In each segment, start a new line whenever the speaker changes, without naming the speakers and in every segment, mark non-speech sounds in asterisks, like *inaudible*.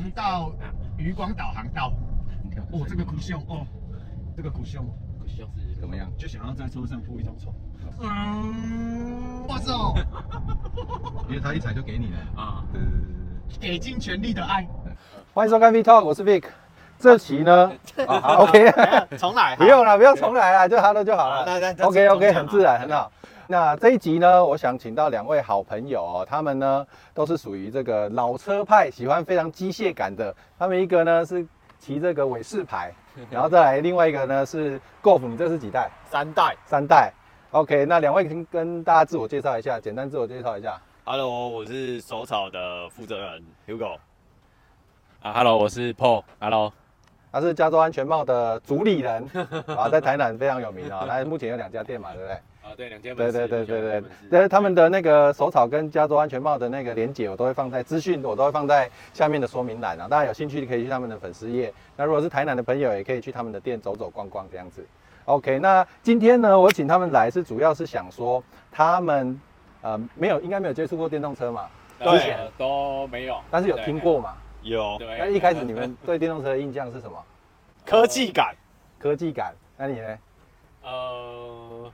直到渔光岛航道。哦，这个苦胸哦，这个苦胸
不像是
怎么样？
就想要在车上铺一张床。嗯，哇哦，
因为他一踩就给你了。
啊？
对对对对对。
给尽全力的爱。
欢迎收看 V Talk，我是 Vic。这期
*laughs*
呢啊好，OK，
重来，
不用了，不用重来了，就 Hello 就好
好那那
了。
那
OK
重
OK，
讲嘛
很自然，很好。那这一集呢，我想请到两位好朋友、哦，他们呢都是属于这个老车派，喜欢非常机械感的。他们一个呢是骑这个韦氏牌，然后再来另外一个呢是 Golf，你这是几代？
三代。
三代。OK，那两位先跟大家自我介绍一下，简单自我介绍一下。
Hello，我是手草的负责人 Hugo。
啊，Hello，我是 Paul。Hello，
他是加州安全帽的主理人啊，在台南非常有名啊。他目前有两家店嘛，对不对？
啊，对，两间
对对对对对，但是他们的那个手草跟加州安全帽的那个连接，我都会放在资讯，我都会放在下面的说明栏啊。大家有兴趣可以去他们的粉丝页。那如果是台南的朋友，也可以去他们的店走走逛逛这样子。OK，那今天呢，我请他们来是主要是想说他们呃没有应该没有接触过电动车嘛，
对
之前
都没有，
但是有听过嘛。
有
对。
那
对，
一开始你们对电动车的印象是什么？
科技感，
科技感？那你呢？
呃，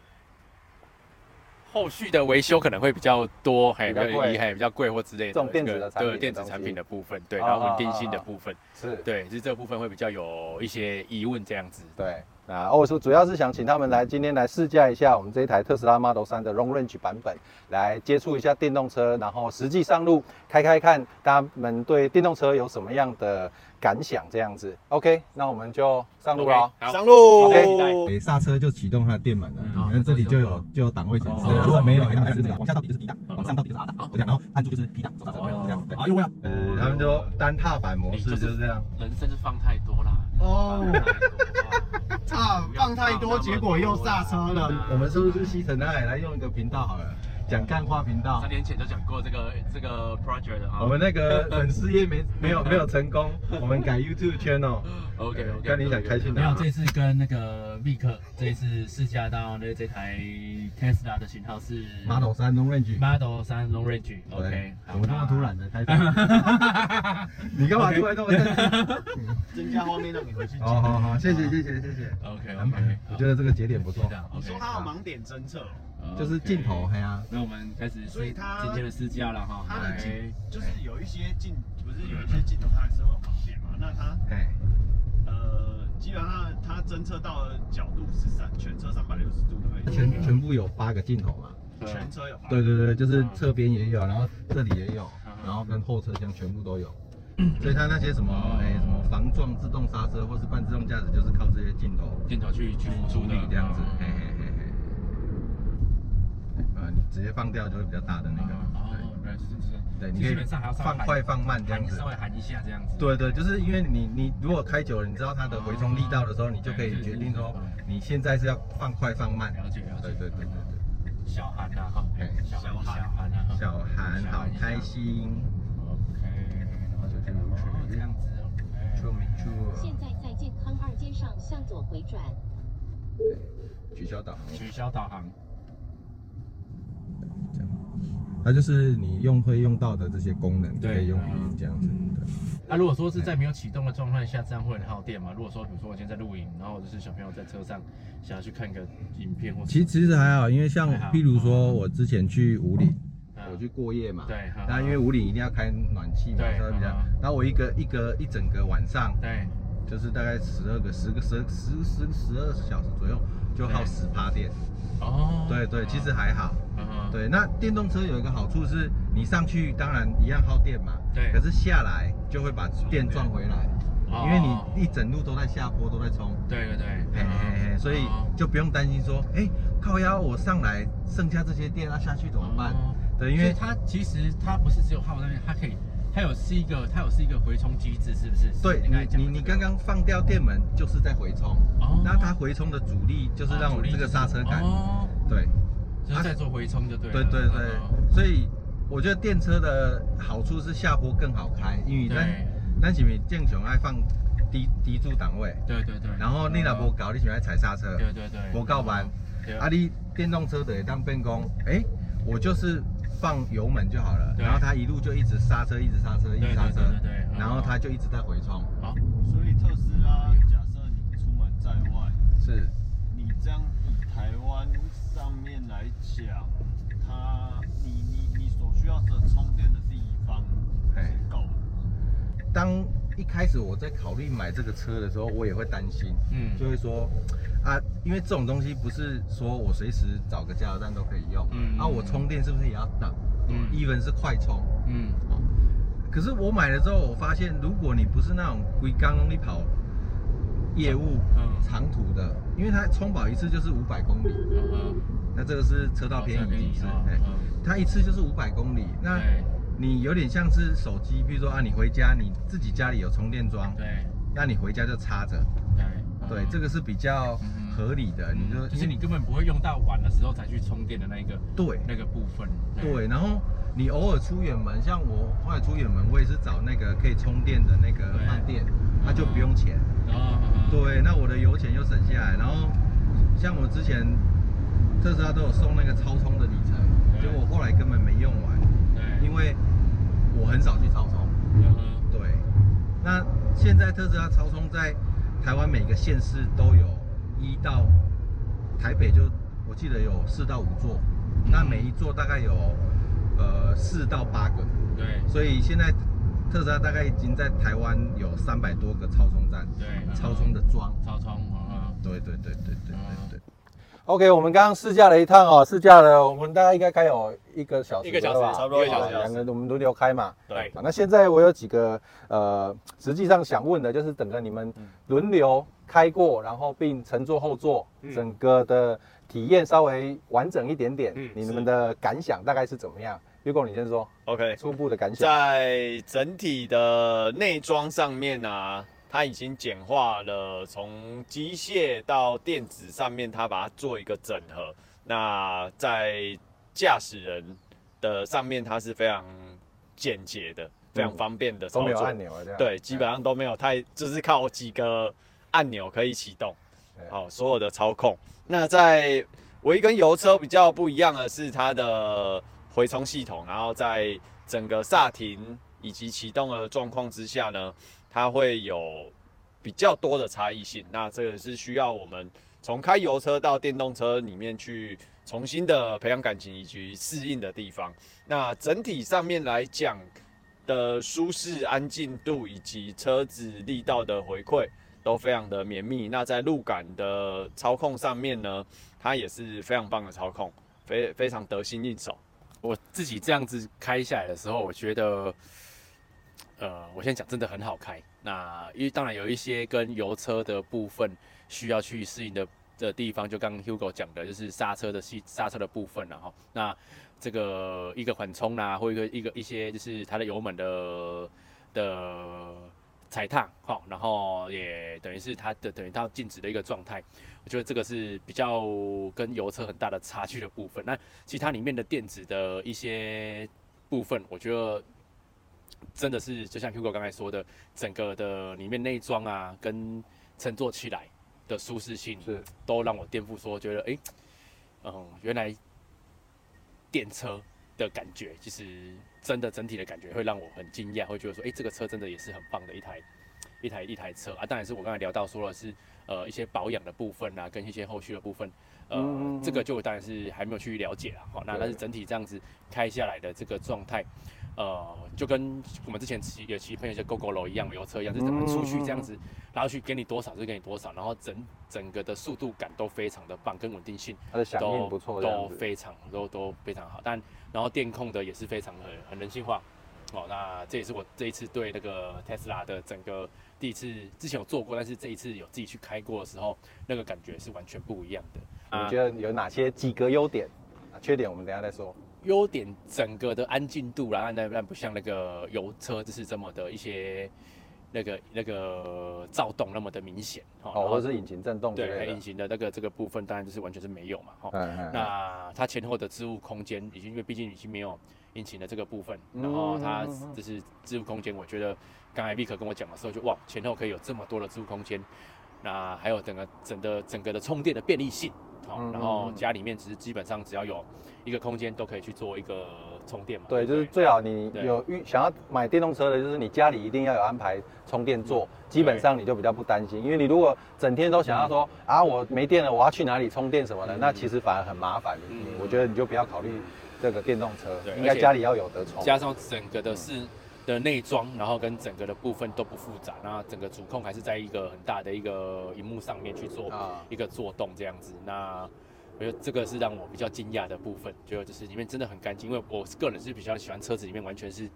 后续的维修可能会比较多，嘿，
比
比
较
较
贵
厉害，比较贵或之类的。
这种电子的
这个
产品的
对电子
东西
产品的部分，对，
哦
然后稳定
哦
性的
哦
部分，
是
对，就是这部分会比较有一些疑问这样子。
对，那我说主要是想请他们来今天来试驾一下我们这一台特斯拉 Model 3的 Long Range 版本，来接触一下电动车，然后实际上路开开看，他们对电动车有什么样的感想这样子。OK，那我们就上路
OK，
了。
好
上路。
OK，
诶，刹车就启动它的电门了，
嗯
然后这里就有就有档位显示
哦
了。如果没有，它还是这样，往下到底就是 D 档，往上到底就是 R 档，就这样，然后按住就是 P 档，手刹车这
哦
样，对，啊，右位啊。
呃，他们说单踏板模式哎就是这样，
人生是放太多 *laughs* 啦。
哦，操，放太多，结果又刹车了。
我们是不是西城爱来用一个频道好了，讲干话频道
三？年前就讲过这个这个 project 啊。
我们那个粉丝页没没有没有成功，我们改 YouTube channel。
OK
呃
OK，
看你想开去
心
哪
没有，这次跟那个 Vic 这一次试驾到那这台 Tesla 的型号是
Model 3 Long Range。
Model 3 Long Range。OK，
怎么那么突然的开场？ *laughs*
*laughs*
你干嘛突然这么震惊？
增加画面让你回去剪。
*laughs* 哦好好好，谢谢谢谢谢谢。
？OK
还蛮
OK，
*laughs* 我觉得这个节点不错，
你说他有盲点侦测，哦
就是镜头，嘿啊，
那我们开始，
所以它
今天的试驾了哈。
它的镜
OK
就是有一些镜，不是有一些镜头它还是会有盲点嘛？那它
哎，
呃，基本上它侦测到的角度是三全车三百六十度的位置，
全全部有八个镜头嘛。
啊
全车有吧？
对对对，就是侧边也有，然后这里也有，然后跟后车厢全部都有。所以它那些什么哎、什么防撞、自动刹车或是半自动驾驶，就是靠这些镜头
镜头去去辅
处
助的哦
理这样子。嘿嘿嘿嘿。呃，你直接放掉就会比较大的那个。
哦，对，就是就是，
对，你可
基
以
本上还要稍微
放快放慢这样
喊，
子
稍。微喊一下这样子。
对对，就是因为你你如果开久了，你知道它的回冲力道的时候，你就可以决定说你现在是要放快放慢。
了解了解。
对对对对对。
小韩呐哈
嘿，
小韩小韩呐哈。
哎小韩好开心。
OK，然后就这样哦这样子
出
哦。
没出？
现在在健康二街上向左回转。
取消导航，
取消导航。
它就是你用会用到的这些功能，
对嗯
可以用语音这样子。
那、如果说是在没有启动的状态下，这样会很耗电吗？如果说，比如说我现在在录影，然后就是小朋友在车上想要去看个影片或
对，其实其实还好，因为像
还好
譬如说我之前去五岭，我去
就
过夜嘛，
对，哈
那因为五岭一定要开暖气嘛，
对
稍微比较
嗯。
那我一个一个一整个晚上，
对
就是大概十二个十个十十十十二小时左右，就耗
对
十趴电。
哦，
对对，其实还好。
嗯，
对，那电动车有一个好处是，你上去当然一样耗电嘛，
对
可是下来就会把电赚回来，
哦
因为你一整路都在下坡，都在冲，
对对对，嗯
嘿嘿嘿，所以
哦
就不用担心说，哎、靠腰我上来剩下这些电，那下去怎么办？
哦
对，因
因为
为
它其实它不是只有耗那边，它可以，它有是一个它有是一个回充机制，是不是？
对
是
你
刚才讲
你
的
你
这个
刚刚放掉电门就是在回冲，
哦，
那它回冲的阻力就是让我
哦
这个刹车感，
哦，
对
就是在做回充就对了，
对对
嗯
对，所以我觉得电车的好处是下坡更好开，
嗯
因为咱
对
咱是不是正常爱放低低住档位，
对对对，
然后你若无搞，你想要踩刹车，
对对对，
无够慢，
对
啊你电动车就会当变讲，诶，我就是放油门就好了，
对
然后它一路就一直刹车，一直刹车，一直刹车
对对对对对，嗯
然后后它就一直在回冲，
所以特斯拉，假设你出门在外，
是
你这样以台湾上面来讲，它你你你所需要的充电的地方
哎
是够的。
当一开始我在考虑买这个车的时候，我也会担心，
嗯
就会说啊，因为这种东西不是说我随时找个加油站都可以用，
嗯
啊，我充电是不是也要等？
嗯
嗯，even 是快充。
嗯
可是我买了之后，我发现如果你不是那种归刚用力跑业务，
嗯
长途的，因为它充饱一次就是五百公里，
嗯，
那这个是车道偏
便
移
宜
机制，
啊，
哎、它一次就是五百公里，那。
对
你有点像是手机，比如说啊，你回家你自己家里有充电桩，
对
那你回家就插着，
对
对，这
个
个是比较
嗯
合理的。你就
就是你根本不会用到晚的时候才去充电的那一个
对
那个部分，
对，然后你偶尔出远门，像我后来出远门，我也是找那个可以充电的那个
对
饭店，它就不用钱。
啊，
对，那我的油钱又省下来，然后像我之前特斯拉都有送那个超充的里程，
对
结果我后来根本没用完，
对，
因为我很少去超充。
嗯
对，那现在特斯拉超充在台湾每个县市都有一到台北就我记得有四到五座，
嗯
那每一座大概有呃四到八个，
对
所以现在特斯拉大概已经在台湾有三百多个超充站，
对啊
超充的桩。
超充，嗯
对对对对对对对，
OK，我们刚刚试驾了一趟哦，试驾了，我们大概应该开有一个小时
一个小时
左右吧
差不多一个小时
两个我们轮流开嘛。
对，
啊那现在我有几个呃，实际上想问的就是，整个你们
嗯
轮流开过，然后并乘坐后座，
嗯
整个的体验稍微完整一点点，
嗯
你
是
们的感想大概是怎么样？Hugo，你先说
哎
OK，
初步的感想。
在整体的内装上面啊，它已经简化了，从机械到电子上面，它把它做一个整合。那在驾驶人的上面，它是非常简洁的，非常方便的操
都
作。
没有按钮了，这样哎
对，基本上都没有太，就是靠几个按钮可以启动
对，
好、所有的操控。那在唯一跟油车比较不一样的是它的回充系统，然后在整个刹停以及启动的状况之下呢，它会有比较多的差异性。那这个是需要我们从开油车到电动车里面去重新的培养感情以及适应的地方。那整体上面来讲的舒适、安静度以及车子力道的回馈都非常的绵密。那在路感的操控上面呢，它也是非常棒的操控，非非常得心应手。
我自己这样子开下来的时候，我觉得，呃，我先讲真的很好开。那因为当然有一些跟油车的部分需要去适应的的地方，就刚刚 Hugo 讲的，就是刹车的系刹车的部分然、后那这个一个缓冲啦，或一个一个一些就是它的油门的的踩踏，哈、然后也等于是它的等于它静止的一个 *laughs* 状态。我觉得这个是比较跟油车很大的差距的部分。那其他里面的电子的一些部分，我觉得真的是就像 Hugo 刚才说的，整个的里面内装啊，跟乘坐起来的舒适性
是，
都让我颠覆说，觉得诶，嗯，原来电车的感觉，其实真的整体的感觉会让我很惊讶，会觉得说，诶，哎这个车真的也是很棒的一台一台一台车啊。当然是我刚才聊到说了是呃一些保养的部分啊，跟一些后续的部分，呃，
嗯嗯嗯
这个就我当然是还没有去了解啦。好、那但是整体这样子开下来的这个状态。呃，就跟我们之前骑也骑朋友就 GoGo 楼一样，油车一样，就是怎么出去这样子，
嗯
然后去给你多少就给你多少，然后整整个的速度感都非常的棒，跟稳定性
它的响应
都
不错，这样
都
子。
非常都都非常好。但然后电控的也是非常很很人性化。哦，那这也是我这一次对那个 Tesla 的整个第一次，之前有做过，但是这一次有自己去开过的时候，那个感觉是完全不一样的。
你觉得有哪些几个优点？啊缺点我们等一下再说。
优点整个的安静度啦，但但不像那个油车就是这么的一些那个那个躁动那么的明显哦然
哦，
后
或者是引擎震动之
对
类
引
的。
擎的那个这个部分，当然就是完全是没有嘛哦哈。
嗯嗯嗯
那它前后的置物空间已经，因为毕竟已经没有引擎的这个部分，
嗯
然后它就是置物空间，我觉得刚才 Vick 跟我讲的时候就哇，前后可以有这么多的置物空间，那还有整个整的整个的充电的便利性，好、哦
嗯嗯
然后家里面其实基本上只要有一个空间都可以去做一个充电嘛。
对，
不
就是最好你
对
有预想要买电动车的，就是你家里一定要有安排充电座，
嗯
基本上你就比较不担心，因为你如果整天都想要
嗯
说啊我没电了，我要去哪里充电什么的，那其实反而很麻烦。
嗯
我觉得你就不要考虑这个电动车
对，
应该
而且
家里要有得充。
加上整个的是的内装，然后跟整个的部分都不复杂，那整个主控还是在一个很大的一个荧幕上面去做
啊
一个做动这样子。那我觉得这个是让我比较惊讶的部分，觉得就是里面真的很干净，因为我个人是比较喜欢车子里面完全是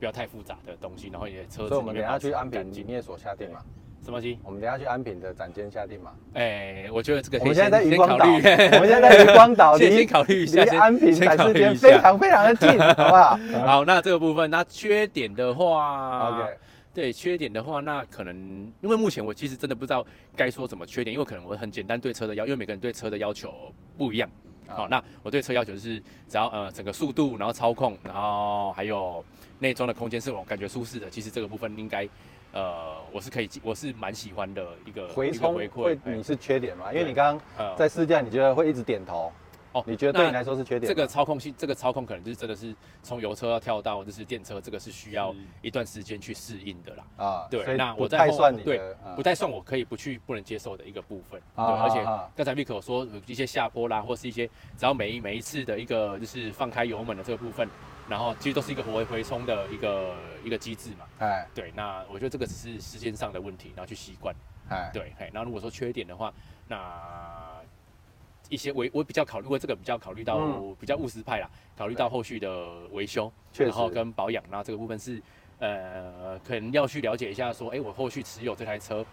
不要太复杂的东西，然后也车
所
子
以我
里
们
面
等一下
保持
去
得
安
很
平
干
营
净。
业所下定嘛，
什么机？
我们等一下去安平的展间下定嘛。
哎、我觉得这个可
我
以
们
先
现在在渔
先
光
考
岛，
虑，
我们现在在渔光岛，
*laughs* 先先
离
考虑一
离
下，先
安平
先
展
考
示
虑一
间
下
非常非常的近，好
*laughs*
不好
好，那这个部分，那缺点的话
？OK，
对缺点的话，那可能因为目前我其实真的不知道该说什么缺点，因为可能我很简单对车的要，因为每个人对车的要求不一样。好、
啊
那我对车要求是，只要呃整个速度，然后操控，然后还有内装的空间是我感觉舒适的。其实这个部分应该，呃，我是可以，我是蛮喜欢的一个
回
一个
充
回
会
馈。
你
哎
是缺点嘛？因为
对
你刚
呃
刚在试驾，你觉得会一直点头，
哦
你觉得对你
那
来说是缺点
这
吗？
个操控性，这个操控可能就是真的是从油车要跳到就是电车，这个是需要一段时间去适应的啦。
啊，
对
所以
那
不
我在
太
后
算你
对
的，嗯
不太算我可以不去不能接受的一个部分。
啊
对，
啊
而且
啊
刚才 Vick 有说有一些下坡啦，或是一些只要每一每一次的一个就是放开油门的这个部分，然后其实都是一个回回冲的一个一个机制嘛。
哎
对，那我觉得这个只是时间上的问题，然后去习惯。
哎，
对，嘿，那如果说缺点的话，那一些维我比较考虑，我这个比较考虑到、
嗯
比较务实派啦，考虑到后续的维修，
确
然后
实
跟保养，那这个部分是呃，可能要去了解一下，说，哎、我后续持有这台车。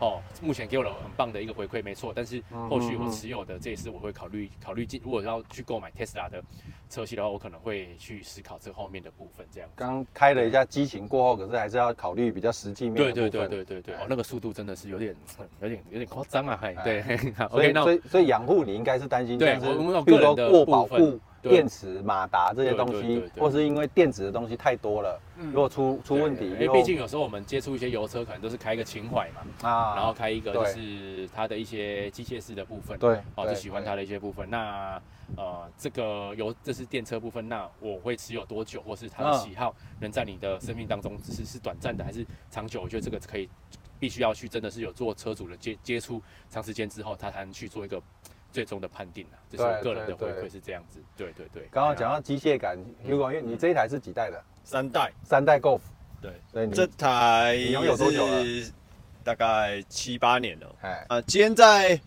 哦，目前给我了很棒的一个回馈，没错。但是
嗯
后续我持有的，这也是我会考虑考虑进。如果要去购买 Tesla 的车系的话，我可能会去思考这后面的部分，这样。
刚开了一下激情过后，可是还是要考虑比较实际面
对
的部分。
对对对对对，哦
哎，
那个速度真的是有点 *laughs* 有点有点夸张啊！嘿，对 *laughs* 好
哎所以
，OK，那我
所以所以养护你应该是担心，
对
像是
我我们有
比如
个
说
人的
过保
部分
护。
对
电池、马达这些东
对对对
西
对，对嗯
或是因为电子的东西太多了，如果出出
对
问题
因为
又
毕竟有时候我们接触一些油车，可能都是开一个情怀嘛，
啊，
然后开一个就
对
是它的一些机械式的部分，，
对，
哦，就
对
喜欢
对
它的一些部分。那呃，这个油这是电车部分，那我会持有多久，或是它的
嗯
喜好能在你的生命当中是是短暂的还是长久？我觉得这个可以必须要去真的是有做车主的接接触长时间之后，他才能去做一个最终的判定啊。这是我
对
个人
对
的回
对
馈是这样子，对对对。
刚刚
对啊
讲到机械感，如果因为你这一台是几代的？
三代，
三代 Golf。
对，
所以你
这台
你拥有多久了
也是大概七八年了。
哎，
啊，今天在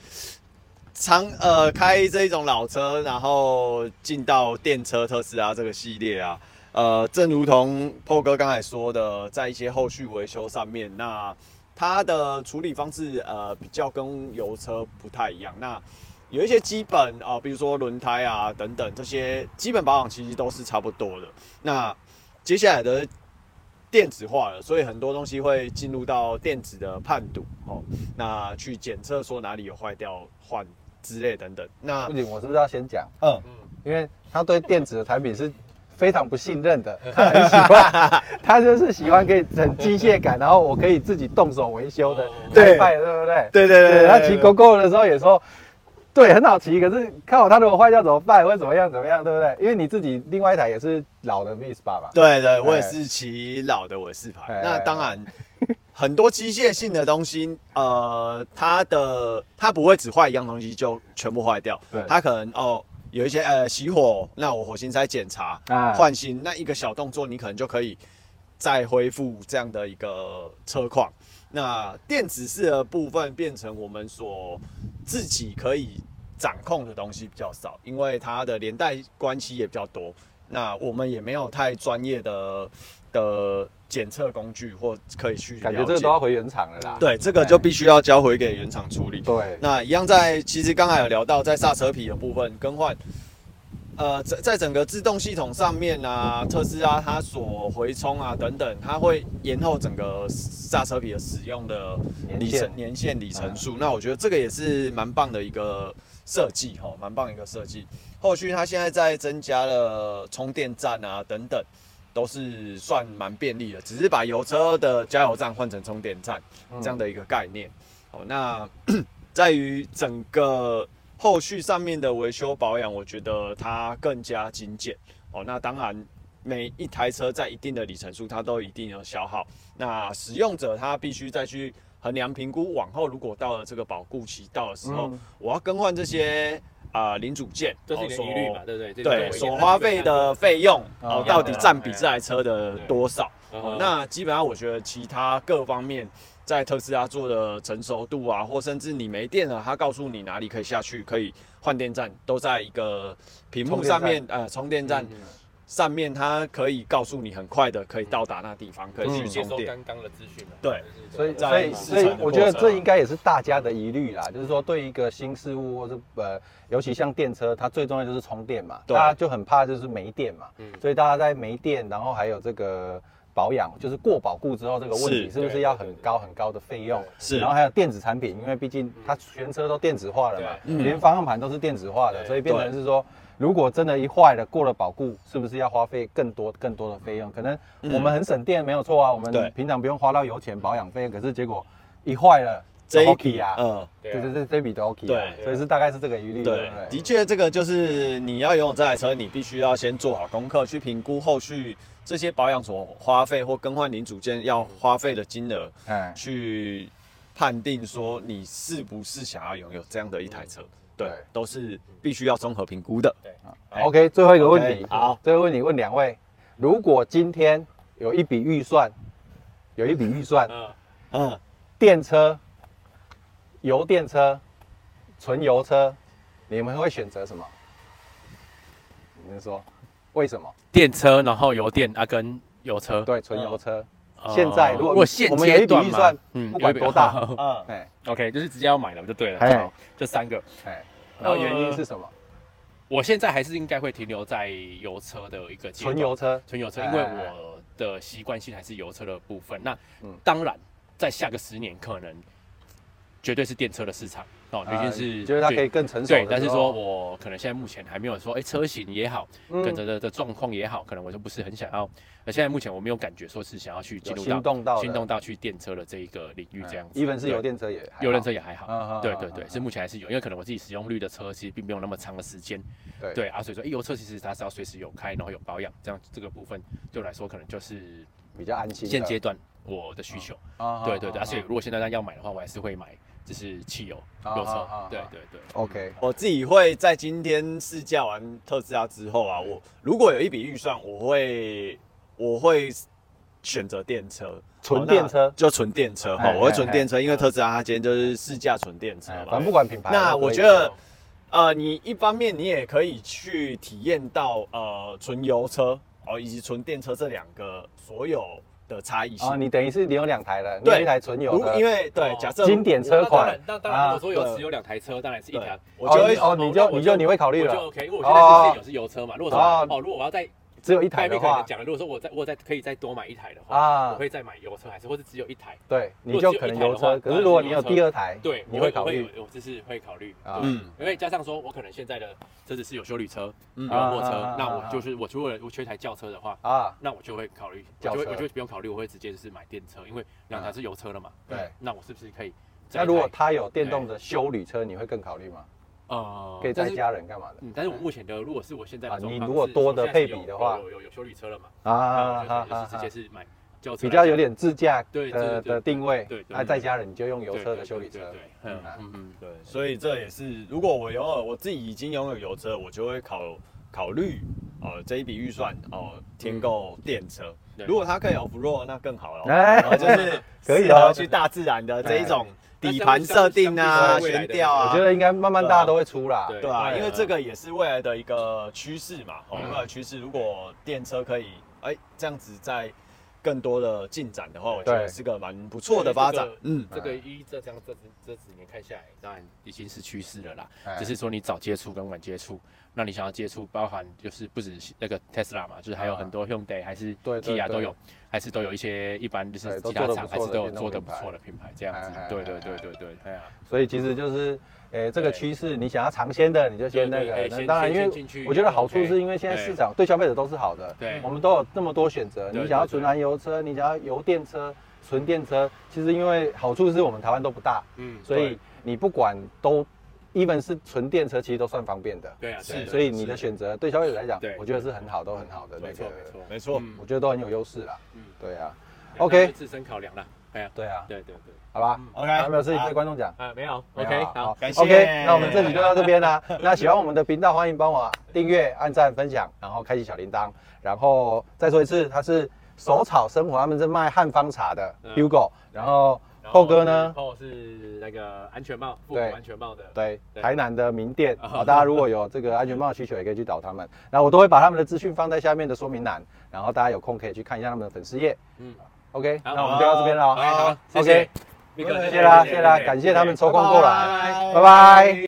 长呃开这种老车，然后进到电车特斯拉这个系列啊，呃，正如同 PO 哥刚才说的，在一些后续维修上面，那它的处理方式呃比较跟油车不太一样。那有一些基本啊、呃比如说轮胎啊等等这些基本保养其实都是差不多的。那接下来的电子化了，所以很多东西会进入到电子的判读哦，那去检测说哪里有坏掉换之类等等。那
不仅我是不是要先讲？
嗯，
因为他对电子的产品是非常不信任的，他很喜欢，他就是喜欢可以很机械感，然后我可以自己动手维修的，
对
拜拜，对不对？
对对对，
他骑
狗
狗狗的时候也说，对，很好骑，可是看我他如果坏掉怎么办，会怎么样怎么样，对不对？因为你自己另外一台也是老的 Vespa 吧？
对对，我也是骑老的我是牌
哎。
那当然，很多机械性的东西，呃，它的它不会只坏一样东西就全部坏掉
对，
它可能哦有一些呃熄火，那我火星塞检查
啊
换新，那一个小动作你可能就可以再恢复这样的一个车况。那电子式的部分变成我们所自己可以掌控的东西比较少，因为它的连带关系也比较多。那我们也没有太专业的的检测工具或可以去
感觉
了
这个
解
都要回原厂了啦。
对这个就必须要交回给原厂处理。
对，
那一样在，其实刚才有聊到在刹车皮的部分更换，呃，在在整个制动系统上面啊，特斯拉它所回充啊等等，它会延后整个刹车皮的使用的里程年限嗯里程数。那我觉得这个也是蛮棒的一个设计哈，蛮棒一个设计。后续它现在在增加了充电站啊等等。都是算蛮便利的，只是把油车的加油站换成充电站这样的一个概念。好，那在于整个后续上面的维修保养，我觉得它更加精简。哦，那当然每一台车在一定的里程数，它都一定有消耗。那使用者他必须再去衡量评估，往后如果到了这个保固期到的时候，
嗯
我要更换这些啊、零组件，
这是你的
哦
疑虑嘛，？对不对？这
所
个跟我
对，
一样
所花费的费用哦
嗯，
到底占比这台车的多少？
嗯
哦
哼
那基本上我觉得其他各方面在特斯拉做的成熟度啊，或甚至你没电了，它告诉你哪里可以下去，可以换电站，都在一个屏幕上面，呃，充电站上面，它可以告诉你很快的可以到达那地方，
嗯
可以
去
去
嗯接
充
收
电。
刚刚的资讯嘛。啊
对
就是
所以，
在
所以，
市
所以
场的
我觉得
过程
这
啊
应该也是大家的疑虑啦，就是说对一个新事物或者呃，尤其像电车，它最重要就是充电嘛，大
对
家就很怕就是没电嘛，
嗯
所以大家在没电，然后还有这个保养，就是过保固之后这个问题
是
是不是
对
要
对
很
对
高很高的费用？
是
然后还有电子产品，因为毕竟它全车都电子化了嘛，
嗯
连方向盘都是电子化的，
对
所以变成是说，如果真的一坏了，过了保固，是不是要花费更多更多的费用？可能我们很省电，没有错啊，我
对
们平常不用花到油钱保养费，可是结果一坏了，
这一
OK
笔
啊，
嗯，
对
对对
啊
对，这笔都 OK 啊，
对
所以是大概是这个疑虑，对
对
不对，？
的确，这个就是你要拥有这台车，你必须要先做好功课，去评估后续这些保养所花费或更换零组件要花费的金额，
哎，
去判定说你是不是想要拥有这样的一台车。对
对，
都是必须要综合评估的。哎
OK，最后一个问题
OK，好，
最后一个问题问两位，如果今天有一笔预算，有一笔预算，
嗯，
嗯，
电车、油电车、纯油车，你们会选择什么？你们说为什么？
电车，然后油电啊，跟油车。
对，纯油车，
呃，
现在如果
我现
我们有一
阶
笔
段
预
嘛
算
嗯
不管
*laughs*
多大
嗯，
哎
OK，就是直接要买了就对了。
哎
好，这三个，
哎，然后原因是
呃
什么？
我现在还是应该会停留在油车的一个阶段
纯油车，
纯油车，
哎
因为我的习惯性还是油车的部分。那
嗯
当然，在下个十年可能绝对是电车的市场哦，已
啊
经是
你觉得它可以
对
更成熟的
对
时候，，
但是说我可能现在目前还没有说，哎，车型也好，
嗯
跟着的的状况也好，可能我就不是很想要。那现在目前我没有感觉说是想要去进入
有
到
心动到的
心动到去电车的这一个领域这样子。
一文是油
对
电车也还好，
有认车也还
嗯嗯
好
嗯，
对
嗯
对
嗯
对，
嗯
是目前还是有，因为可能我自己使用率的车其实并没有那么长的时间，
对
对啊，所以说，哎，油车其实它是要随时有开，然后有保养，这样这个部分对我来说可能就是
比较安心的。
现阶段我的需求，
啊
对对对，
啊
而且如果现在要买的话，我还是会买就是汽油
啊
油
啊啊
车
啊，
对对对，
OK，
我自己会在今天试驾完特斯拉之后啊，我如果有一笔预算，我会我会选择电车，
纯
哦
电车
那就纯电车哈
哎，
我会
哎
纯
哎
电车，因为特斯拉它今天就是试驾纯电车
哎反
嘛
正。不管品牌都可以。
那我觉得，呃，你一方面你也可以去体验到呃纯油车哦，以及纯电车这两个所有的差异性。
啊，你等于是你有两台了，你
对
有一台纯油
如
的，哦
因为对，假设
经典车款
哦
啊
那当然，如果说有
对
持有两台车，当然是一台
对，我就会
哦你就
那我
你就你会考虑
我
了
就 OK，因为我现在
哦
是现有是油车嘛，如果
哦
说哦，如果我要在
只有一台
外
的
面可能
话，
讲了，如果说我再我再可以再多买一台的
啊
话，我会再买油车，还是或者只有一台。
对，你
如果只
就
有
可能
一台的
油
话
车。可
当然
是如果
是
你
油
有
车
第二台，
对，
你
我
会
会
考
我
虑
会，我就是会考虑
啊
嗯，
嗯
因为加上说，我可能现在的车子是有修理车、
嗯
有货
啊啊啊啊
车，那
啊
我就是我如果我缺一台轿车的话，
啊。
那我就会考虑，我
轿
就会
车
我就不用考虑，我会直接就是买电车，因为两台是油车了嘛。
对，
那我是不是可以再一台？
啊那如果他有电动的修旅车，你会更考虑吗？
呃
可以
但
载
是
家人干嘛的？
嗯，但是我目前的，如果是我现在的
啊
状
你
况
如果
是
多
我
的
现在是
配比
有
的话
有有有修理车了嘛，
啊
啊，
啊
就是
啊
直！接是买轿车
比
来
较有
载
点自驾
对对
的
对
的
对
定位
对，对
那
对
在家人你就用油
对
车
对
的修
对
理车
对，对，嗯嗯嗯，
对，所以这也是如果我拥有我自己已经拥有油车，我就会考考虑哦这一笔预算哦添购电车。
对
如果它可以 off road，那更好了哦。
哎
然后就是
*laughs* 可以
适合
哦
去大自然的这一种
哎
底盘设定啊、
那像是像是
悬吊啊，
我觉得应该慢慢大家
对啊
都会出啦。
对
对啊，因为这
个
个也是未来的一个趋势嘛，哦，
嗯
未来趋势，如果电车可以，哎，这样子在更多的进展的话，我觉
对
得是个蛮不错的发展。嗯，
这个一这这样这这几年看下来，当然已经是趋势了啦。
哎
只是说你早接触跟晚接触，那你想要接触，包含就是不只是那个 Tesla 嘛，就是还有很多 Hyundai 还是
啊对对
Kia
对
都有，还是都有一些一般就
哎
是
都
其他
做得
厂
不
还
错
是
的
都有
电
做
动
的
品
不
牌
错的品牌这样
哎
子
哎。
对
哎
对对
哎
对对，哎呀，
所以其实就是，诶，这个
对
趋势，你想要尝鲜的，你就先那
对对
个
哎。
那
先
当然，因
先
为
进去
我觉得好处
OK，
是因为现在
对
市场对消费者都是好的，
对
我们都有那么多选择。
对
你想要
对对
纯燃油车，你想要油电车、纯电车，其实因为好处是我们台湾都不大，
嗯，
所以你不管都。 even 是纯电车，其实都算方便的。
对啊，
是
所以你的选择对消费者来讲
对，
我觉得是很好，都很好的那
没
个
错，没错，
没错，
我觉得都很有优势啦。
嗯
对啊，
那
OK
就自身考量啦，哎呀，
对啊，
对对对，
好吧，
OK，
还有没有事情
好
对观众讲？
啊，没有
没有
，OK，
啊
好，
感谢
OK，那我们这集就到这边啦。 *laughs* 那喜欢我们的频道，欢迎帮我订阅、按赞、分享，然后开启小铃铛。然后再说一次，他是手草生活，他们是卖汉方茶的
嗯
Hugo。然后
然后
寇哥呢
是？寇是那个安全帽，复古
对
安全帽的，
对，
对
台南的
*laughs*
名店，
啊
好，大家如果有这个安全帽的需求，也可以去找他们。然后我都会把他们的资讯放在下面的说明栏，然后大家有空可以去看一下他们的粉丝页。
嗯，
OK，
好
那我们就到这边了。
好，好，谢
OK，
谢，密哥
谢啦，谢啦，感谢他们抽空过来，拜拜。